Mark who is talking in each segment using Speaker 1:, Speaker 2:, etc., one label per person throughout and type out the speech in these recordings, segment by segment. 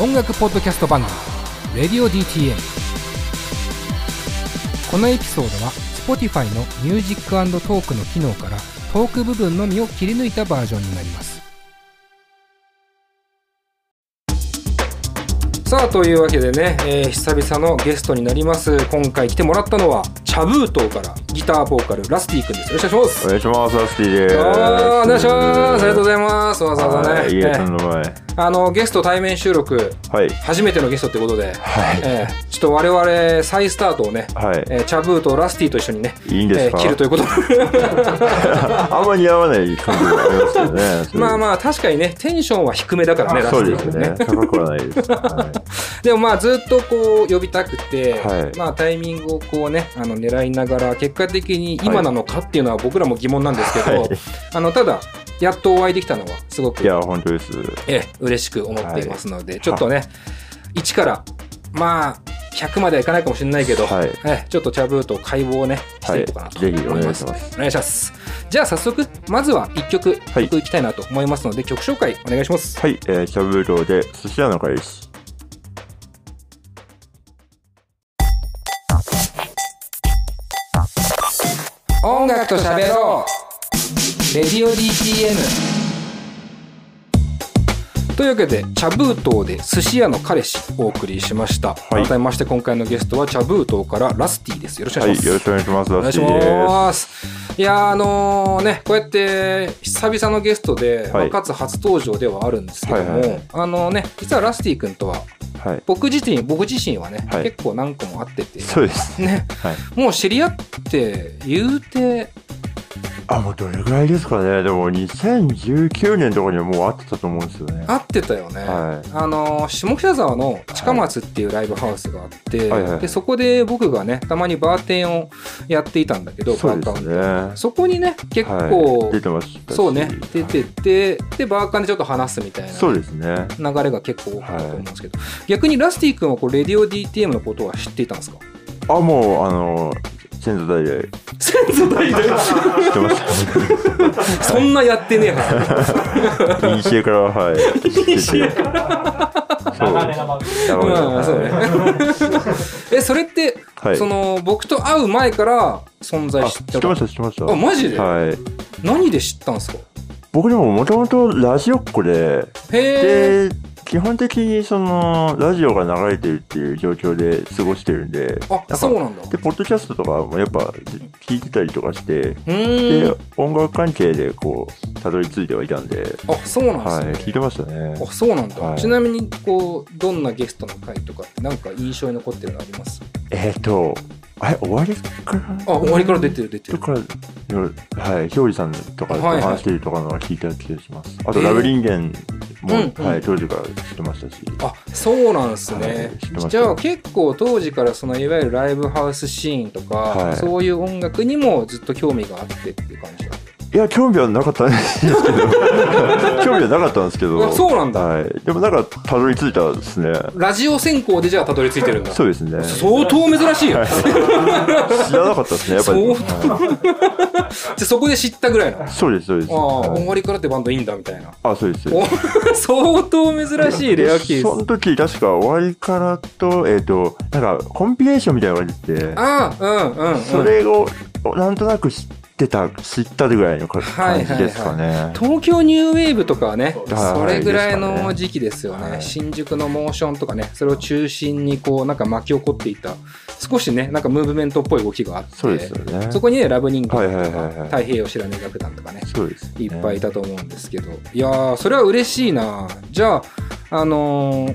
Speaker 1: 音楽ポッドキャスト番組「レディオ DTM」このエピソードは Spotify の「ミュージックトーク」の機能からトーク部分のみを切り抜いたバージョンになりますさあというわけでね、えー久々のゲストになります今回来てもらったのはチャブー島からギターボーカルラスティくんですよろしくお願いします
Speaker 2: お願いします、ラスティです。
Speaker 1: あーお願いしますありがとうご
Speaker 2: ざ
Speaker 1: ざ
Speaker 2: い
Speaker 1: いますわざわざね
Speaker 2: いえ、
Speaker 1: ね
Speaker 2: とんでもない。
Speaker 1: あのゲスト対面収録
Speaker 2: はい。
Speaker 1: 初めてのゲストってことで、
Speaker 2: は
Speaker 1: えーちょっと我々再スタートをね、
Speaker 2: はい
Speaker 1: えーチャブーとラスティと一緒にね
Speaker 2: いいんですか
Speaker 1: えー切るという こと
Speaker 2: あんまり似合わない感じがありますけどね。
Speaker 1: まあ
Speaker 2: あ。
Speaker 1: まあ確かにねテンションは低めだからねラス
Speaker 2: そう
Speaker 1: ティ
Speaker 2: ですね。高くはないです。は
Speaker 1: でもまあずっとこう呼びたくて、
Speaker 2: はい
Speaker 1: まあタイミングをこうねあの狙いながら結果的に今なのかっていうのは僕らも疑問なんですけど、
Speaker 2: はい
Speaker 1: あのただやっとお会いできたのはすごく
Speaker 2: い、いや、本当です。
Speaker 1: ええ、嬉しく思っていますので、ちょっとね、1から、まあ、100まではいかないかもしれないけど、
Speaker 2: はい
Speaker 1: ええちょっとチャブーと解剖をね、していこうかなと
Speaker 2: はいぜひお
Speaker 1: 思
Speaker 2: 願
Speaker 1: い
Speaker 2: い
Speaker 1: ま
Speaker 2: し
Speaker 1: す。
Speaker 2: ます
Speaker 1: お願いします。じゃあ早速、まずは1曲、
Speaker 2: い
Speaker 1: 曲いきたいなと思いますので、曲紹介お願いします。
Speaker 2: はい、えー、キャブーローで、寿司屋の彼氏。
Speaker 1: 音楽と喋ろうレディオ DTM というわけで、チャブー島で寿司屋の彼氏お送りしました。
Speaker 2: い
Speaker 1: 改めまして今回のゲストはチャブー島からラスティです。よろしくお
Speaker 2: は
Speaker 1: 願い
Speaker 2: い、
Speaker 1: します。
Speaker 2: よろしくお願いします、
Speaker 1: お願
Speaker 2: ラ
Speaker 1: い
Speaker 2: ス
Speaker 1: し
Speaker 2: ティで
Speaker 1: ます。いやーあのねこうやって久々のゲストで、
Speaker 2: はい
Speaker 1: まあかつ初登場ではあるんですけども、
Speaker 2: はいはい
Speaker 1: あのね実はラスティ君とは
Speaker 2: す。はい。
Speaker 1: 僕自身僕自身はね、
Speaker 2: はい
Speaker 1: 結構何個も会ってて
Speaker 2: そうです。
Speaker 1: ね
Speaker 2: はい。
Speaker 1: もう知り合って言うて
Speaker 2: あ、もうどれぐらいですかね。でも、2019年とかにはもう会ってたと思うんですよね。
Speaker 1: 会ってたよね、
Speaker 2: はい
Speaker 1: あの下北沢の近松っていうライブハウスがあって、
Speaker 2: はいはいはい
Speaker 1: でそこで僕がねたまにバーテンをやっていたんだけど
Speaker 2: そう
Speaker 1: バー
Speaker 2: で
Speaker 1: カ
Speaker 2: す
Speaker 1: ウン
Speaker 2: ね。
Speaker 1: そこにね結
Speaker 2: は
Speaker 1: 構
Speaker 2: い、出てましたし
Speaker 1: そうね出てって、でバーカンでちょっと話すみたいな
Speaker 2: そうですね。
Speaker 1: 流れが結構多かったと思うんですけど、逆にラスティ君はこうレディオ DTM のことは知っていたんですか
Speaker 2: あ、もう、あの、先祖代々知
Speaker 1: 先祖代々
Speaker 2: ってました。
Speaker 1: そんなやってねえは
Speaker 2: いにしえからはい。いにしえ
Speaker 3: 長めな番組
Speaker 2: そう。
Speaker 1: まあそうね
Speaker 2: はい
Speaker 1: ずえそれって、
Speaker 2: はい。
Speaker 1: その僕と会う前から存在
Speaker 2: あ、
Speaker 1: 知
Speaker 2: 知
Speaker 1: っ
Speaker 2: ってて
Speaker 1: た
Speaker 2: ました、知ってました。
Speaker 1: あマジで、
Speaker 2: はい。
Speaker 1: 何で知ったんですか
Speaker 2: 僕でももともとラジオっ子で、
Speaker 1: へえ
Speaker 2: で、基本的にその、ラジオが流れてるっていう状況で過ごしてるんで、
Speaker 1: あ
Speaker 2: か
Speaker 1: そうなんだ
Speaker 2: で、ポッドキャストとかもやっぱ聞いてたりとかして、
Speaker 1: うー
Speaker 2: で
Speaker 1: ん、
Speaker 2: 音楽関係でこう、たどり着いてはいたんで、
Speaker 1: あそうなんです
Speaker 2: はい
Speaker 1: ね、、
Speaker 2: 聞いてましたね。
Speaker 1: あそうなんだ、
Speaker 2: はい
Speaker 1: ちなみにこうどんなゲストの回とかってなんか印象に残ってるのあります
Speaker 2: えっと、あれ、終わりから
Speaker 1: あ終わりから出てる出て
Speaker 2: と
Speaker 1: る
Speaker 2: か、はい、ひょうじさんとかと
Speaker 1: はいはい
Speaker 2: 話してるとかのは聞いた気がします。あと、
Speaker 1: えー
Speaker 2: ラブリンゲンも、
Speaker 1: うんうん
Speaker 2: はい、当時から知ってましたし。
Speaker 1: あそうなんですね、
Speaker 2: はい知ってました
Speaker 1: じゃあ結構当時からそのいわゆるライブハウスシーンとか、
Speaker 2: はい
Speaker 1: そういう音楽にもずっと興味があってっていう感じだ
Speaker 2: いや、興味はなかったんですけど、 興味はなかったんですけど、
Speaker 1: あそうなんだ
Speaker 2: はい。でもなんか、たどり着いたですね。
Speaker 1: ラジオ専攻でじゃあたどり着いてるんだ
Speaker 2: そうですね。
Speaker 1: 相当珍しいよ、
Speaker 2: 知らなかったですね、やっぱ
Speaker 1: 相
Speaker 2: り。はい
Speaker 1: でそこで知ったぐらいのあ
Speaker 2: そうです、そうです。
Speaker 1: あ、
Speaker 2: はい
Speaker 1: 終わりからってバンドいいんだみたいな
Speaker 2: あ、そうです。
Speaker 1: お相当珍しいレアケ
Speaker 2: そ
Speaker 1: ース
Speaker 2: の時、確か終わりからと、えっ、と、なんか、コンピレーションみたいなのが出て、
Speaker 1: ああうんうん、うん、
Speaker 2: それをなんとなく知ってた知ったぐらいのか
Speaker 1: はいはい
Speaker 2: 感
Speaker 1: はい
Speaker 2: じですかね。
Speaker 1: 東京ニューウェーブとかはね、
Speaker 2: はい
Speaker 1: それぐらい
Speaker 2: ですか
Speaker 1: の
Speaker 2: ね
Speaker 1: 時期ですよね、
Speaker 2: はい
Speaker 1: 新宿のモーションとかね、それを中心にこう、なんか巻き起こっていた、少しね、なんかムーブメントっぽい動きがあって、
Speaker 2: そうですよね。
Speaker 1: そこにね、ラブ人形とか、
Speaker 2: はいはいはいはい
Speaker 1: 太平洋白根楽団とかね、
Speaker 2: そうです、
Speaker 1: いっぱいい。たと思うんですけど、いやー、それは嬉しいな、じゃあ、あのー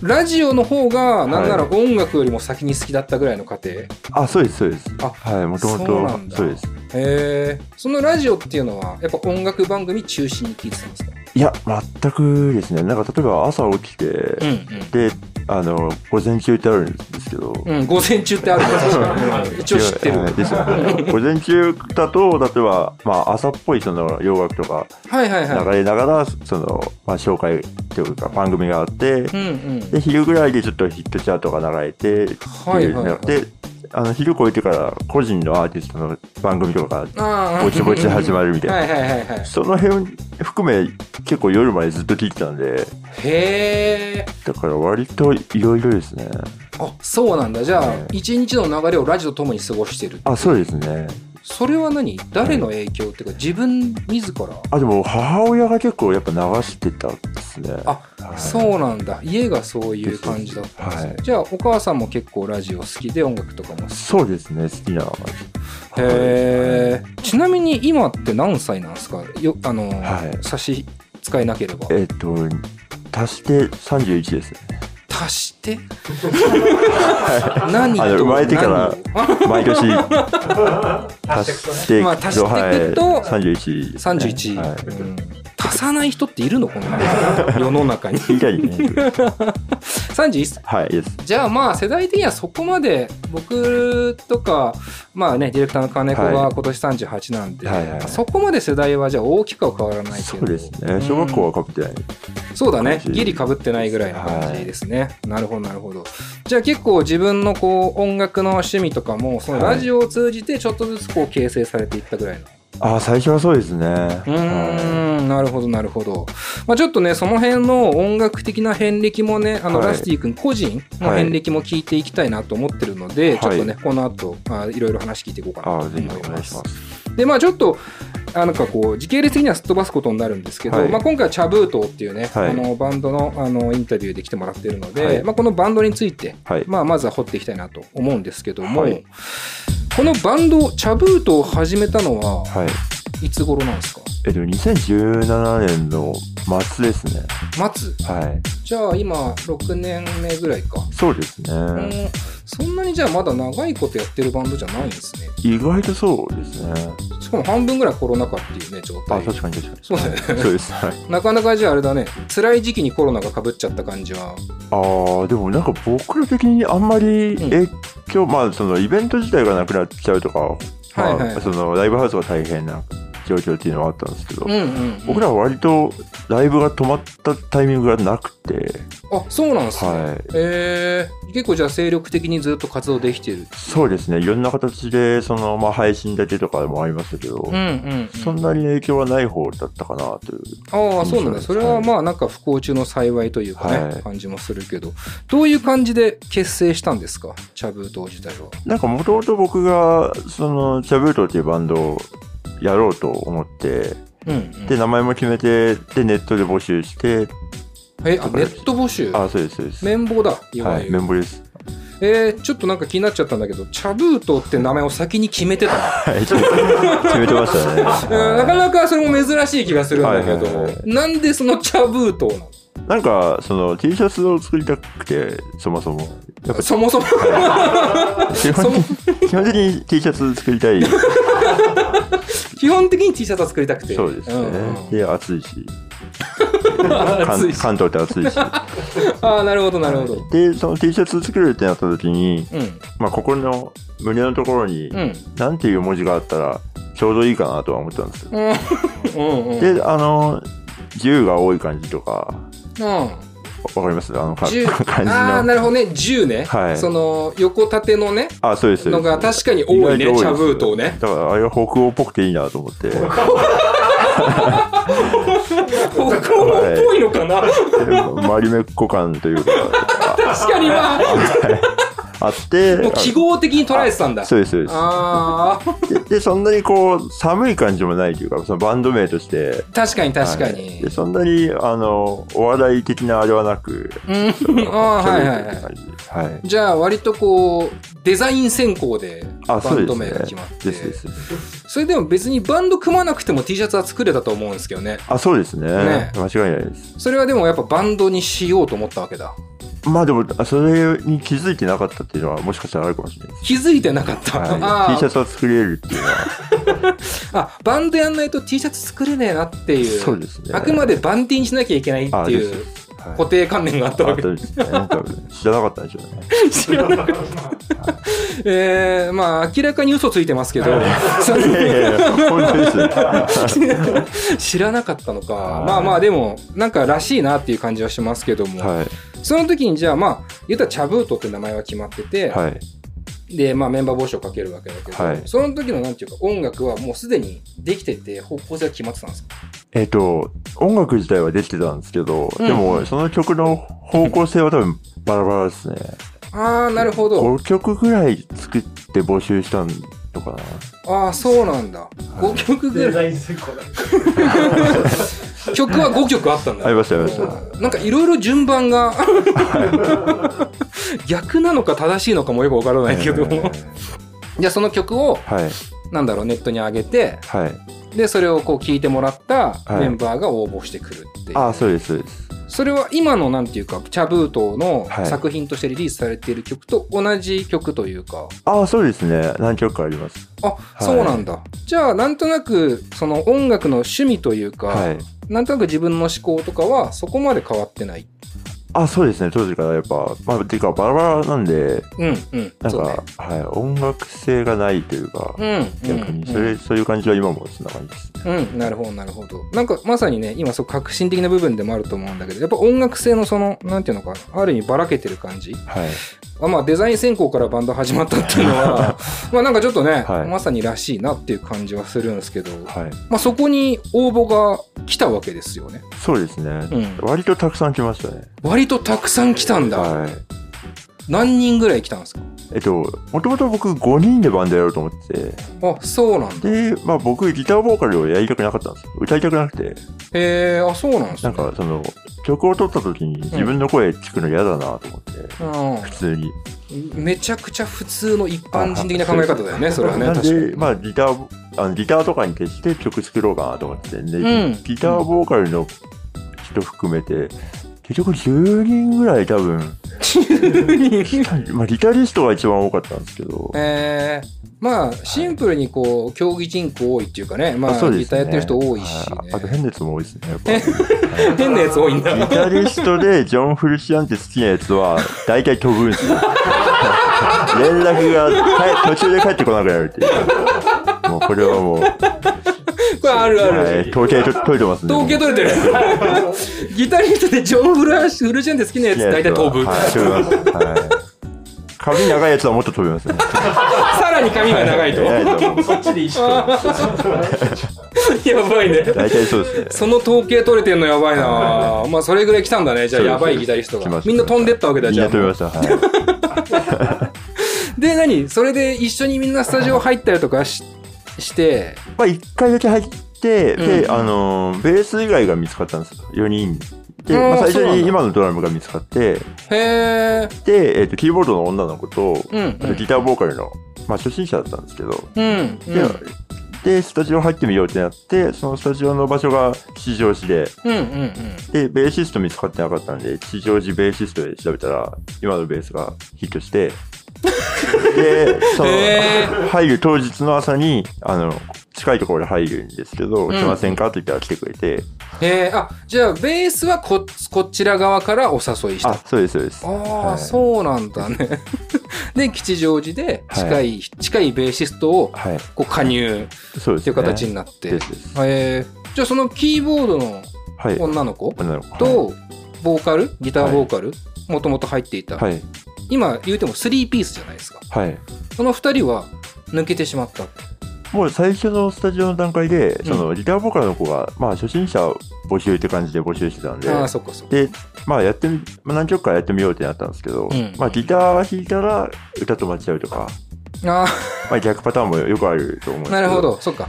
Speaker 1: ラジオの方が、なんなら音楽よりも先に好きだったぐらいの過程、
Speaker 2: あそうですそうです。
Speaker 1: あ
Speaker 2: はいもとも
Speaker 1: そうなんだ
Speaker 2: とそうです。
Speaker 1: えーそのラジオっていうのは、やっぱ音楽番組中心に聞いてたんですか
Speaker 2: いや全くですねなんか例えば朝起きて、
Speaker 1: ん
Speaker 2: であの午前中ってあるんですけど。
Speaker 1: うん、午前中ってあるから確かにうん一応知ってる。
Speaker 2: は
Speaker 1: はい
Speaker 2: いですよ ね午前中だと例えば、まあ、朝っぽいその洋楽とか
Speaker 1: はい
Speaker 2: 流
Speaker 1: は
Speaker 2: れながら、その、まあ、紹介というか番組があって、
Speaker 1: い。うんうん。
Speaker 2: で昼ぐらいでちょっとヒットチャートが流れて、
Speaker 1: はいはいはい
Speaker 2: であの、昼超えてから個人のアーティストの番組とかが
Speaker 1: ああ
Speaker 2: ぼちぼち始まるみたいな。
Speaker 1: はいはいはいはい
Speaker 2: その辺含め結構夜までずっと聞いてたんで、
Speaker 1: へえ
Speaker 2: だから割といろいろですね。
Speaker 1: あそうなんだじゃあ
Speaker 2: ね
Speaker 1: 一日の流れをラジオともに過ごしてる
Speaker 2: あ、そうですね。
Speaker 1: それは何誰の影響っていうか自分自ら
Speaker 2: あ、でも母親が結構やっぱ流してたんですね。
Speaker 1: あ
Speaker 2: はい
Speaker 1: そうなんだ家がそういう感じだったんですね、
Speaker 2: はい
Speaker 1: じゃあお母さんも結構ラジオ好きで音楽とかも好き
Speaker 2: そうですね、好きな。
Speaker 1: へえちなみに今って何歳なんですかよあの、
Speaker 2: はい
Speaker 1: 差し使えなければ
Speaker 2: えっ、と、足して31ですね。
Speaker 1: 足して何と
Speaker 2: あの生まれてから
Speaker 1: 何を
Speaker 2: 毎年 足
Speaker 3: 足
Speaker 2: し
Speaker 3: して
Speaker 2: いくと、
Speaker 1: まあ足していくと
Speaker 2: はい、31ですね、
Speaker 1: 31、
Speaker 2: は
Speaker 1: うん足さない人っているのこんな の世の中に
Speaker 2: い。以外に ね。
Speaker 1: 31歳
Speaker 2: はい、です。
Speaker 1: じゃあまあ世代的にはそこまで僕とかまあねディレクターの金子
Speaker 2: は
Speaker 1: が
Speaker 2: い
Speaker 1: 今年38なんで、
Speaker 2: はいはい
Speaker 1: そこまで世代はじゃあ大きくは変わらないけど
Speaker 2: そうですね。小学校はかぶってない。
Speaker 1: そうだね
Speaker 2: 感じ
Speaker 1: ギリかぶってないぐらいの感じですね、なるほどなるほどじゃあ結構自分のこう音楽の趣味とかもそのラジオを通じてちょっとずつこう形成されていったぐらいの
Speaker 2: ああ、最初はそうですね。
Speaker 1: うーんなるほどなるほど、まあ、ちょっとねその辺の音楽的な遍歴もねあの、
Speaker 2: はい
Speaker 1: ラスティ君個人の遍歴も聞いていきたいなと思ってるので、
Speaker 2: はい
Speaker 1: ちょっとねこの後あいろいろ話聞いていこうか
Speaker 2: あ
Speaker 1: なと
Speaker 2: あ、
Speaker 1: 思
Speaker 2: ぜ
Speaker 1: い
Speaker 2: ひ
Speaker 1: ます
Speaker 2: お願いします。
Speaker 1: でまあちょっとあなんかこう時系列的にはすっ飛ばすことになるんですけど、
Speaker 2: はい
Speaker 1: まあ、今回は「チャブート」っていうね、
Speaker 2: はい
Speaker 1: あのバンドのあのインタビューで来てもらってるので、
Speaker 2: はい
Speaker 1: まあ、このバンドについて、
Speaker 2: はい。
Speaker 1: まあ、まずは掘っていきたいなと思うんですけども、
Speaker 2: はい
Speaker 1: このバンド「チャブート」を始めたのは
Speaker 2: はい。
Speaker 1: いつ頃なんですか
Speaker 2: えっと、2017年の末ですね。
Speaker 1: 末
Speaker 2: はい。
Speaker 1: じゃあ今6年目ぐらいか、
Speaker 2: そうですね。
Speaker 1: うんそんなにじゃあまだ長いことやってるバンドじゃないんですね
Speaker 2: 意外とそうですね。
Speaker 1: しかも半分ぐらいコロナ禍っていうね状
Speaker 2: あ、
Speaker 1: 態
Speaker 2: 確かに確かに。
Speaker 1: そうだよね
Speaker 2: そうです。はい。
Speaker 1: なかなかじゃああれだね辛い時期にコロナがかぶっちゃった感じは
Speaker 2: ああでもなんか僕ら的にあんまり影響、まあそのイベント自体がなくなっちゃうとか、
Speaker 1: はい
Speaker 2: まあ、そのライブハウスが大変な状況っていうのはあったんですけど、
Speaker 1: うんうん、
Speaker 2: 僕らは割とライブが止まったタイミングがなくて
Speaker 1: あそうなんですね、
Speaker 2: はい
Speaker 1: えー結構じゃあ精力的にずっと活動できてる
Speaker 2: そうですねいろんな形でその、まあ、配信だけとかもありましたけど、
Speaker 1: うんうん、
Speaker 2: そんなに影響はない方だったかなという
Speaker 1: ああそうなんだそれはまあなんか不幸中の幸いというかね、
Speaker 2: はい
Speaker 1: 感じもするけどどういう感じで結成したんですかチャブー島自体は
Speaker 2: なんかもともと僕がそのチャブートっていうバンドをやろうと思って
Speaker 1: うん、うん、
Speaker 2: で名前も決めてでネットで募集して
Speaker 1: えあネット募集
Speaker 2: あそうですそうです
Speaker 1: 綿棒だいわ
Speaker 2: は
Speaker 1: ゆ
Speaker 2: い、
Speaker 1: る、
Speaker 2: メンボです。
Speaker 1: えーちょっとなんか気になっちゃったんだけどチャブートって名前を先に決めてたの、
Speaker 2: はい、ちょっと決めてましたね。
Speaker 1: うん なかなかそれも珍しい気がするんだけど、
Speaker 2: はいはいはい
Speaker 1: なんでそのチャブートなの
Speaker 2: なんか、その T シャツを作りたくて、そもそも。やっぱ
Speaker 1: そもそも
Speaker 2: 基本的に基本的に T シャツ作 りたい。
Speaker 1: 基本的に T シャツは作りたくて
Speaker 2: そうですね。
Speaker 1: んうん
Speaker 2: で、暑いし。
Speaker 1: 暑
Speaker 2: 関
Speaker 1: いし
Speaker 2: 関東って暑 いし。
Speaker 1: ああなるほどなるほど、
Speaker 2: で、その T シャツ作るってなった時に、
Speaker 1: うん
Speaker 2: まあ、ここの胸のところに、
Speaker 1: うん
Speaker 2: なんていう文字があったら、ちょうどいいかなとは思ったんですよ。
Speaker 1: うんうんうん
Speaker 2: で、あの、銃が多い感じとか、
Speaker 1: うん
Speaker 2: わかりますあの、か 感じ
Speaker 1: 銃
Speaker 2: の。
Speaker 1: ああなるほどね銃ね、
Speaker 2: はい
Speaker 1: その横縦のね
Speaker 2: あ、そうです。そうで
Speaker 1: の
Speaker 2: す
Speaker 1: が確かに多いね
Speaker 2: 意外とです
Speaker 1: チャブートをね
Speaker 2: だからあれは北欧っぽくていいなと思 って。で
Speaker 1: 北欧っぽいのかな
Speaker 2: マリメッコ感というか、
Speaker 1: 確かにまあ
Speaker 2: あって、
Speaker 1: もう記号的に捉えてたんだ
Speaker 2: あそうです、そうで
Speaker 1: ああ
Speaker 2: す。でで、そんなにこう、寒い感じもないというか、そのバンド名として。
Speaker 1: 確かに確か
Speaker 2: はい
Speaker 1: に、
Speaker 2: で、そんなに、あの、お笑い的なあれはなく、
Speaker 1: うんあーはいはいはい
Speaker 2: そうう感じはい。
Speaker 1: じゃあ割とこうデザイン選考でバ
Speaker 2: あ、そう
Speaker 1: ン
Speaker 2: で
Speaker 1: ド
Speaker 2: すね
Speaker 1: 名が決まっ。て
Speaker 2: ですです。
Speaker 1: それでも別にバンド組まなくても T シャツは作れたと思うんですけどね
Speaker 2: あ、そうですね。
Speaker 1: ね
Speaker 2: 間違いないです。
Speaker 1: それはでもやっぱバンドにしようと思ったわけだ
Speaker 2: まあでも、あそれに気づいてなかったっていうのは、もしかしたらあるかもしれないです。
Speaker 1: 気づいてなかった、
Speaker 2: は
Speaker 1: あ
Speaker 2: い、T シャ
Speaker 1: ー
Speaker 2: ツは作れるっていうのは、
Speaker 1: あバンドやんないと T シャツ作れねえなっていう
Speaker 2: そうですね。
Speaker 1: あくまでバンティンしなきゃいけないっ
Speaker 2: あ
Speaker 1: て
Speaker 2: です
Speaker 1: いう
Speaker 2: ですはい
Speaker 1: 固定観念があったわけ
Speaker 2: あですね、多分知らなかったんでしょうね。
Speaker 1: 知 らなかったえー、まあ明らかに嘘ついてますけどその
Speaker 2: いやいやいや本当ですね。
Speaker 1: 知らなかったのか
Speaker 2: はい
Speaker 1: まあまあでもなんからしいなっていう感じはしますけども、
Speaker 2: は
Speaker 1: その時にじゃあまあ言ったらチャブートって名前は決まってて、
Speaker 2: い。はい。
Speaker 1: で、まあ、メンバー募集をかけるわけだけど、
Speaker 2: はい
Speaker 1: その時のなんていうか音楽はもうすでにできてて方向性は決まってたんですか
Speaker 2: えっ、と、音楽自体はできてたんですけど、
Speaker 1: うん
Speaker 2: でも、その曲の方向性は多分バラバラですね。
Speaker 1: ああなるほど
Speaker 2: 5曲ぐらい作って募集したんとかな。
Speaker 1: ああそうなんだ5曲ぐ
Speaker 3: デ
Speaker 1: らい
Speaker 3: ザイン成功だ。
Speaker 1: 曲は5曲あったんだ
Speaker 2: ありました、ありまし た。
Speaker 1: なんかいろいろ順番が逆なのか正しいのかもよくわからないけど
Speaker 2: え
Speaker 1: も
Speaker 2: ー
Speaker 1: じゃあその曲を
Speaker 2: はい、
Speaker 1: なんだろうネットに上げて
Speaker 2: はい。
Speaker 1: でそれをこう聞いてもらった
Speaker 2: い
Speaker 1: メンバーが応募してくるっていう、
Speaker 2: あ、そうです、そうです。
Speaker 1: それは今のなんていうかチャブートの
Speaker 2: はい
Speaker 1: 作品としてリリースされている曲と同じ曲というか、
Speaker 2: あ、そうですね。何曲かあります。
Speaker 1: あ、
Speaker 2: い
Speaker 1: そうなんだじゃあなんとなくその音楽の趣味というか、
Speaker 2: はい。
Speaker 1: なんとなく自分の思考とかはそこまで変わってない
Speaker 2: あ、そうですね。当時からやっぱ、まあ、ていうかバラバラなんで、
Speaker 1: うんうん
Speaker 2: なん
Speaker 1: そう
Speaker 2: か、
Speaker 1: ね
Speaker 2: はい、音楽性がないというか、
Speaker 1: うんうん
Speaker 2: 逆に、
Speaker 1: うん
Speaker 2: それ、そういう感じは今もそんな感じです。
Speaker 1: うん、なるほど、なるほど。なんかまさにね、今そう革新的な部分でもあると思うんだけど、やっぱ音楽性のその、なんていうのかな、ある意味ばらけてる感じ。
Speaker 2: はい。
Speaker 1: あまあデザイン専攻からバンド始まったっていうの は、まあなんかちょっとね、
Speaker 2: はい
Speaker 1: まさにらしいなっていう感じはするんですけど、
Speaker 2: はい。
Speaker 1: まあそこに応募が来たわけですよね。
Speaker 2: そうですね。
Speaker 1: うん。
Speaker 2: 割とたくさん来ましたね。
Speaker 1: 割とたくさん来たんだ。
Speaker 2: はい。
Speaker 1: 何人ぐらい来たんですか
Speaker 2: えっと、もともと僕5人でバンドやろうと思って
Speaker 1: あ、そうなんだ。
Speaker 2: て、で、まあ僕ギターボーカルをやりたくなかったんですよ。歌いたくなくて、
Speaker 1: へえ、あ、そうなんです
Speaker 2: な
Speaker 1: ね
Speaker 2: ん。かその曲を撮った時に自分の声聞くの嫌だなと思って、普通に。
Speaker 1: うん、めちゃくちゃ普通の一般人的な考え方だ よね、それはね。
Speaker 2: なん
Speaker 1: 確かに
Speaker 2: で、。まあギター、あのギターとかに消して曲作ろうかなと思ってて、で、
Speaker 1: うん
Speaker 2: ギターボーカルの人含めて、結局10人ぐらい多分、まあギタリストが一番多かったんですけど、
Speaker 1: えーまあシンプルにこう、競技人口多いっていうかねまあ
Speaker 2: そうですね
Speaker 1: ギターやってる人多いし、ね
Speaker 2: はあと変なやつも多いですね。やっぱ
Speaker 1: 変なやつ多いんだ
Speaker 2: ギタリストでジョン・フルシアンって好きなやつは大体飛ぶんですよ。連絡が帰途中で帰ってこなくなるっていう。もうこれはもう、
Speaker 1: これあるある、
Speaker 2: はい、統計と取れてますね。
Speaker 1: 統計取れてる ギタリストでジョン・フラッシュフルジェンって好きなやつ大体飛ぶ、
Speaker 2: はい、飛びます。はい。髪長いやつはもっと飛びますね。
Speaker 1: さらに髪が長いと、
Speaker 2: はい長いと思う
Speaker 3: そっちで一緒。
Speaker 1: やばいね
Speaker 2: 大体そうですね。
Speaker 1: その統計取れてんのやばいなまあそれぐらい来たんだねじゃあ
Speaker 2: そうです
Speaker 1: やばいギタリスト
Speaker 2: 来ま
Speaker 1: が
Speaker 2: した
Speaker 1: みんな飛んでったわけだ
Speaker 2: みん
Speaker 1: じゃ
Speaker 2: な
Speaker 1: あ
Speaker 2: 飛びました。はい。
Speaker 1: で何それで一緒にみんなスタジオ入ったりとかしして
Speaker 2: まあ一回だけ入って、で、
Speaker 1: うん
Speaker 2: あのー、ベース以外が見つかったんですよ。4人。で、
Speaker 1: あー
Speaker 2: まあ最
Speaker 1: そう
Speaker 2: 初
Speaker 1: なん
Speaker 2: に
Speaker 1: だ
Speaker 2: 今のドラムが見つかって、
Speaker 1: へえ
Speaker 2: で、えっとキーボードの女の子と、
Speaker 1: うん
Speaker 2: あとギターボーカルの、まあ、初心者だったんですけど、
Speaker 1: うんう
Speaker 2: で
Speaker 1: ん
Speaker 2: でスタジオ入ってみようってなってそのスタジオの場所が吉祥寺で
Speaker 1: うんうんうん
Speaker 2: でベーシスト見つかってなかったんで吉祥寺ベーシストで調べたら今のベースがヒットして でその、
Speaker 1: へ
Speaker 2: 入る当日の朝にあの近いところで入るんですけど「
Speaker 1: ん
Speaker 2: 来ませんか?」って言ったら来てくれて
Speaker 1: えー、あじゃあベースはここちら側からお誘いした
Speaker 2: あ
Speaker 1: あ
Speaker 2: そうですそうです
Speaker 1: あー、
Speaker 2: はい
Speaker 1: そうなんだ ねで吉祥寺で近い、
Speaker 2: は
Speaker 1: 近いベーシストを
Speaker 2: はい
Speaker 1: こう加入
Speaker 2: そうで
Speaker 1: って
Speaker 2: す、
Speaker 1: い
Speaker 2: ね、
Speaker 1: う形になって、
Speaker 2: ですです
Speaker 1: えー、じゃあそのキーボードの
Speaker 2: はい
Speaker 1: 女の子
Speaker 2: 女の子
Speaker 1: と、ボーカルギターボーカル、もともと入っていた、
Speaker 2: はい
Speaker 1: 今言うても3ピースじゃないですか
Speaker 2: はい
Speaker 1: その2人は抜けてしまった
Speaker 2: もう最初のスタジオの段階で、
Speaker 1: ん
Speaker 2: そのギターボーカルの子が、まあ、初心者募集って感じで募集してたんで、
Speaker 1: ああそっかそっか
Speaker 2: で、まあ、やってみ、まあ、何曲かやってみようってなったんですけど、
Speaker 1: うん
Speaker 2: まあ、ギター弾いたら歌と間違うとか、
Speaker 1: あ
Speaker 2: まあ、逆パターンもよくあると思うん
Speaker 1: あ
Speaker 2: ですけど。
Speaker 1: なるほ。どそっか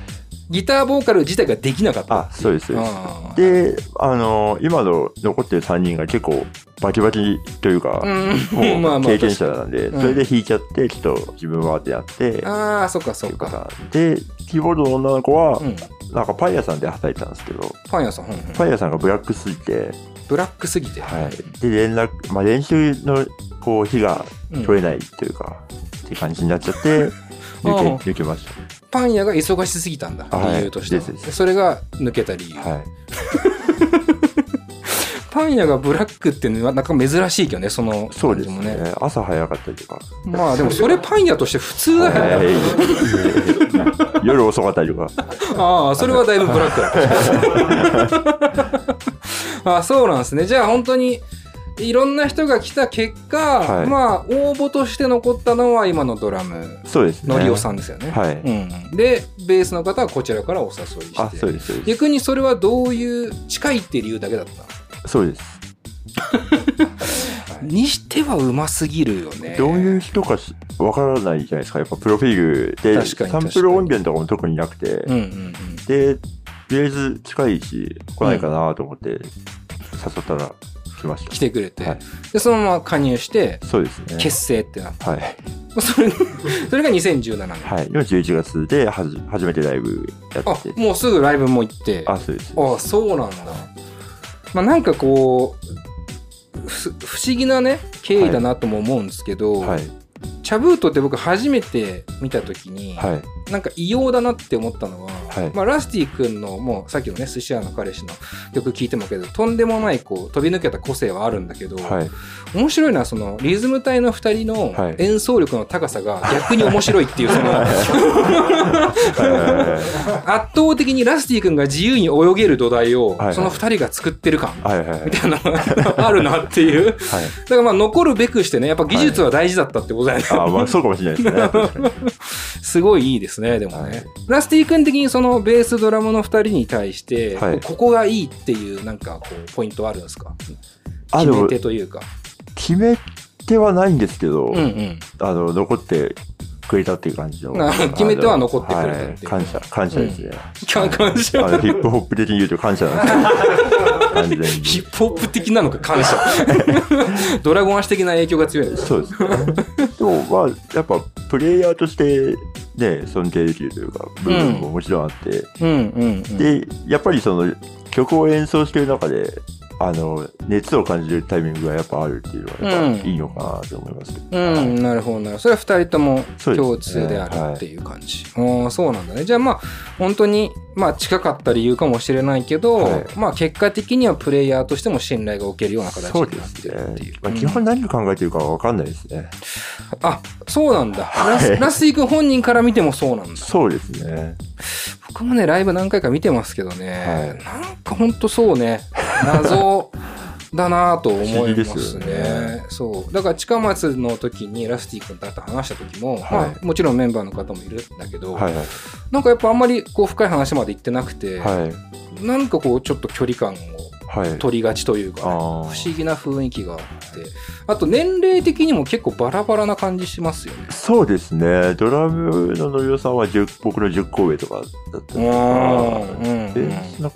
Speaker 1: ギターボーカル自体ができなかった
Speaker 2: あ、そうです、そうです。
Speaker 1: あー
Speaker 2: で、あの今の残ってる3人が結構バキバキというか、
Speaker 1: う
Speaker 2: も
Speaker 1: ん、まあ
Speaker 2: う
Speaker 1: まあ
Speaker 2: 経験者なんで、
Speaker 1: うん
Speaker 2: それで弾いちゃって、ちょっと自分はってなって、って
Speaker 1: ああ、そっかそ
Speaker 2: い
Speaker 1: っ
Speaker 2: うパタ
Speaker 1: か。
Speaker 2: ーン。で、キーボードの女の子は
Speaker 1: う、ん。
Speaker 2: なんかパン屋さんで働いてたんですけど、
Speaker 1: パン屋さん、うんうん
Speaker 2: パン屋さんがブラックすぎて、
Speaker 1: ブラックすぎて。
Speaker 2: はい、で連絡、まあ、練習のこう日が
Speaker 1: うん
Speaker 2: 取れないというか、って感じになっちゃって 抜け抜けまし
Speaker 1: パン屋が忙しすぎたんだ、
Speaker 2: はい
Speaker 1: 理由としては
Speaker 2: ですです
Speaker 1: それが抜けた理由。
Speaker 2: た、はい、
Speaker 1: パン屋がブラックっていうのは、なんか珍しいけどね、その
Speaker 2: そう
Speaker 1: 感
Speaker 2: で
Speaker 1: じ
Speaker 2: す
Speaker 1: も
Speaker 2: ね
Speaker 1: ね。
Speaker 2: 朝早かったりとか、
Speaker 1: まあでも、それパン屋として普通だよね。
Speaker 2: はい、夜遅かったりとか
Speaker 1: ああ、それはだいぶブ ラックだ。ああ、そうなんですね。じゃあ本当に、いろんな人が来た結果、
Speaker 2: はい
Speaker 1: まあ応募として残ったのは今のドラム
Speaker 2: そうですね。
Speaker 1: のりおさんですよね。
Speaker 2: はい
Speaker 1: うん、でベースの方はこちらからお誘いして
Speaker 2: あ、そうです、そうです。
Speaker 1: 逆にそれはどういう近いって理由だけだったんですか
Speaker 2: そうです。
Speaker 1: にしてはうますぎるよね。
Speaker 2: どういう人かしわからないじゃないですか。やっぱプロフィールで、
Speaker 1: 確かに
Speaker 2: サンプル音源とかも特になくて、
Speaker 1: うんうんうん、
Speaker 2: で、ベース近いし、来ないかなと思って、誘ったら来ました。
Speaker 1: 来てくれて、
Speaker 2: はい
Speaker 1: でそのまま加入して
Speaker 2: そうですね。
Speaker 1: 結成ってなって
Speaker 2: はい。
Speaker 1: そ れそれが2017年、
Speaker 2: はい。今11月ではじ初めてライブや
Speaker 1: あ
Speaker 2: ってて。
Speaker 1: もうすぐライブも行って
Speaker 2: あ、そうです。
Speaker 1: あそうなんだ、まあ、なんかこうふ不思議なね経緯だなとも思うんですけど、
Speaker 2: はい。
Speaker 1: チャブートって僕初めて見た時に、
Speaker 2: はい。
Speaker 1: なんか異様だなって思ったのは、
Speaker 2: はい
Speaker 1: まあ、ラスティ君のもうさっきのね寿司屋の彼氏の曲聴いてもけどとんでもないこう飛び抜けた個性はあるんだけど、
Speaker 2: はい。
Speaker 1: 面白いのはそのリズム隊の2人の
Speaker 2: はい
Speaker 1: 演奏力の高さが逆に面白い っていうその
Speaker 2: は
Speaker 1: 圧倒的にラスティ君が自由に泳げる土台を
Speaker 2: いはい
Speaker 1: その2人が作ってる感
Speaker 2: いはいはい。はい
Speaker 1: み。たいなのがあるなっていうだからまあ残るべくしてねやっぱ技術は大事だったってことだよね、
Speaker 2: あ、まあそうかもしれないですね。確 かに
Speaker 1: すごいいいですねでもね、
Speaker 2: はい
Speaker 1: ラスティ君的にそのベースドラムの2人に対して、
Speaker 2: はい
Speaker 1: ここがいいっていうなんかこうポイントはあるんですか
Speaker 2: あ、
Speaker 1: 決
Speaker 2: で
Speaker 1: め
Speaker 2: も、
Speaker 1: 手というか
Speaker 2: 決めてはないんですけど、
Speaker 1: うんうん
Speaker 2: あの、残ってくれたっていう感じの。
Speaker 1: あ決めては残ってくれたっていう
Speaker 2: はい感謝、感謝ですね。
Speaker 1: 感感謝
Speaker 2: あの、ヒップホップ的に言うと感謝 なんですよ。完
Speaker 1: ヒ
Speaker 2: 全
Speaker 1: ップホップ的なのか感謝ドラゴン足的な影響が強いの
Speaker 2: に。 そうですね。でも、まあ、やっぱ、プレイヤーとして、ね、尊敬できるというか、部分ももちろんあって、
Speaker 1: うんうん
Speaker 2: でやっぱりその曲を演奏してる中であの熱を感じるタイミングがやっぱあるっていうのはやっ
Speaker 1: う
Speaker 2: ぱ
Speaker 1: ん
Speaker 2: いいのかなと思いますけど、
Speaker 1: うん、なるほどなるほどそれは2人とも
Speaker 2: そうですね
Speaker 1: 共通であるっていう感じあーそうなんだねじゃあまあ本当にまあ近かった理由かもしれないけど、
Speaker 2: はい
Speaker 1: まあ結果的にはプレイヤーとしても信頼が置けるような形に
Speaker 2: そ
Speaker 1: な
Speaker 2: う
Speaker 1: って
Speaker 2: で
Speaker 1: るって
Speaker 2: す
Speaker 1: いう
Speaker 2: ね、
Speaker 1: う
Speaker 2: まあ、
Speaker 1: ん
Speaker 2: 基本何を考えてるかは分かんないですね、
Speaker 1: あそうなんだ、ラス
Speaker 2: はい
Speaker 1: ラスティ君本人から見てもそうなんだ
Speaker 2: そうですね
Speaker 1: 僕もねライブ何回か見てますけどね、なんかほんとそうね謎だなぁと思いま
Speaker 2: 不思
Speaker 1: すね
Speaker 2: 議ですよね
Speaker 1: そうだから近松の時にラスティ君と会って話した時も、
Speaker 2: はい
Speaker 1: まあ、もちろんメンバーの方もいるんだけど、
Speaker 2: はいはい
Speaker 1: なんかやっぱあんまりこう深い話まで行ってなくて、
Speaker 2: はい
Speaker 1: なんかこうちょっと距離感を
Speaker 2: はい
Speaker 1: 取りがちというか、
Speaker 2: あ
Speaker 1: 不
Speaker 2: ー
Speaker 1: 思議な雰囲気があってあと年齢的にも結構バラバラな感じしますよね。
Speaker 2: そうですねドラムののりおさんは10僕の10個上とかだったの
Speaker 1: う
Speaker 2: か
Speaker 1: ん
Speaker 2: な
Speaker 1: うん
Speaker 2: ベースの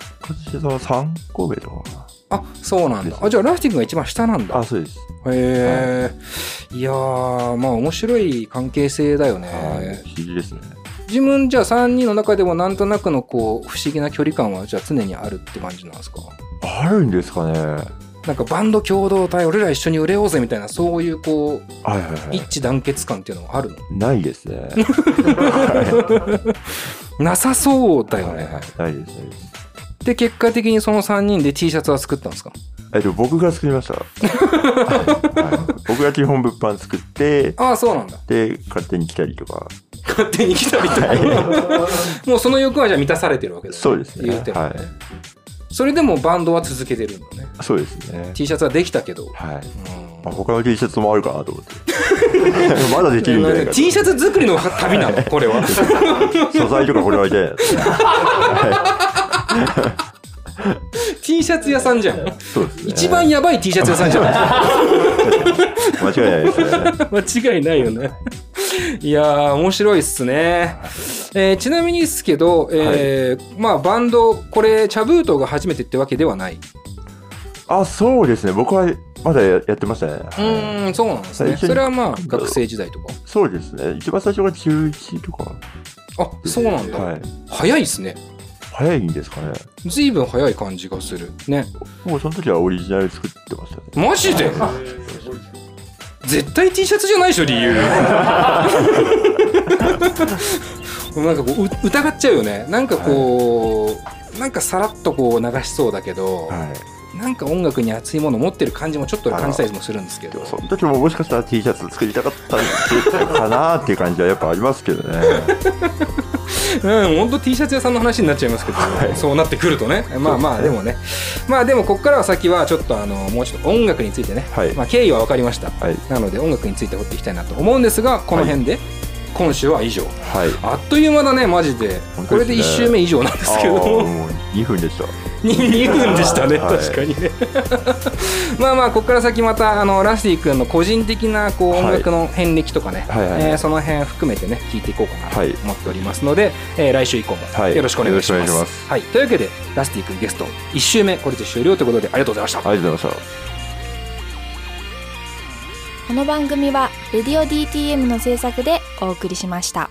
Speaker 2: 一茂さんは3個上とかか
Speaker 1: あそうなん
Speaker 2: で
Speaker 1: だ
Speaker 2: すね
Speaker 1: あじゃあラフティングが一番下なんだ
Speaker 2: なあそうです
Speaker 1: へえ、い、やーまあ面白い関係性だよね、
Speaker 2: はい不思議ですね
Speaker 1: 自分じゃあ3人の中でもなんとなくのこう不思議な距離感はじゃあ常にあるって感じなんですか
Speaker 2: あるんですかねは
Speaker 1: なんかバンド共同体俺ら一緒に売れようぜみたいなそういうこう
Speaker 2: いはいはい
Speaker 1: 一致団結感っていうのはあるの、
Speaker 2: ないですね。
Speaker 1: なさそうだよね、
Speaker 2: ないです、ないです。
Speaker 1: で結果的にその3人で T シャツは作ったんですか
Speaker 2: えっと、僕が作りました。はい僕が基本物販作って、
Speaker 1: ああそうなんだ
Speaker 2: で、勝手に来たりとか。
Speaker 1: 勝手に来たりとかもうその欲はじゃあ満たされてるわけだ、ね、
Speaker 2: そうですね
Speaker 1: 言うてもね、
Speaker 2: はい
Speaker 1: それでもバンドは続けてるんだね
Speaker 2: そうですね。
Speaker 1: T シャツはできたけど、
Speaker 2: はい。
Speaker 1: うん
Speaker 2: まあ、他の T シャツもあるかなと思って。 まだできるんじゃないかと
Speaker 1: T シャツ作りの旅なのこれは
Speaker 2: 素材とかこれはいけないやつ
Speaker 1: T シャツ屋さんじゃん、
Speaker 2: そうですね。
Speaker 1: 一番やばい T シャツ屋さんじゃん
Speaker 2: 間違いないですね。
Speaker 1: 間違いないよね。いやー、面白いっすね。えーちなみにですけど、えーまあ、バンド、これ、チャブートが初めてってわけではない。
Speaker 2: あ、そうですね。僕はまだややってましたね。
Speaker 1: うーん、そうなんですね。
Speaker 2: 最初に
Speaker 1: それはまあ、学生時代とか。
Speaker 2: そうですね。一番最初が中1とか。
Speaker 1: あ、そうなんだ。
Speaker 2: はい。
Speaker 1: 早いっすね。
Speaker 2: 早いんですかね。
Speaker 1: 随分早い感じがする。ね。
Speaker 2: もうその時はオリジナル作ってましたね。
Speaker 1: マジ で絶対 T シャツじゃないでしょ理 由なんかこうう疑っちゃうよねなんかこう、なんかさらっとこう流しそうだけど、
Speaker 2: はい。
Speaker 1: なんか音楽に熱いもの持ってる感じもちょっと感じたりもするんですけ
Speaker 2: で
Speaker 1: ど
Speaker 2: もその時ももしかしたら T シャツ作りたかったんかなっていう感じはやっぱありますけどね。
Speaker 1: うん、本当 T シャツ屋さんの話になっちゃいますけど、そうなってくるとね、まあまあ、でもね、まあでも、ここからは先は、ちょっとあのもうちょっと音楽についてね、
Speaker 2: は い
Speaker 1: まあ、経緯は分かりました、
Speaker 2: はい
Speaker 1: なので、音楽について掘っていきたいなと思うんですが、この辺で、今週は以上、
Speaker 2: はい
Speaker 1: あっという間だね、マジで、
Speaker 2: 本
Speaker 1: こ
Speaker 2: 当
Speaker 1: れ
Speaker 2: ですね
Speaker 1: で1週目以上なんですけど
Speaker 2: あー
Speaker 1: も。
Speaker 2: もう2分でした
Speaker 1: 2分でしたね、
Speaker 2: はい
Speaker 1: 確かにね まあまあここから先またあのラスティ君の個人的なこう
Speaker 2: はい
Speaker 1: 音楽の遍歴とかね、
Speaker 2: はいはい
Speaker 1: えーその辺含めてね聞いていこうかなと
Speaker 2: はい
Speaker 1: 思っておりますので、えー来週以降も
Speaker 2: はい
Speaker 1: よろしくお願いします,、
Speaker 2: よろしくお願いしま
Speaker 1: はい、というわけでラスティ君ゲスト1週目これで終了ということでありがとうございました
Speaker 2: ありがとうございました
Speaker 4: この番組は「レディオ DTM」の制作でお送りしました。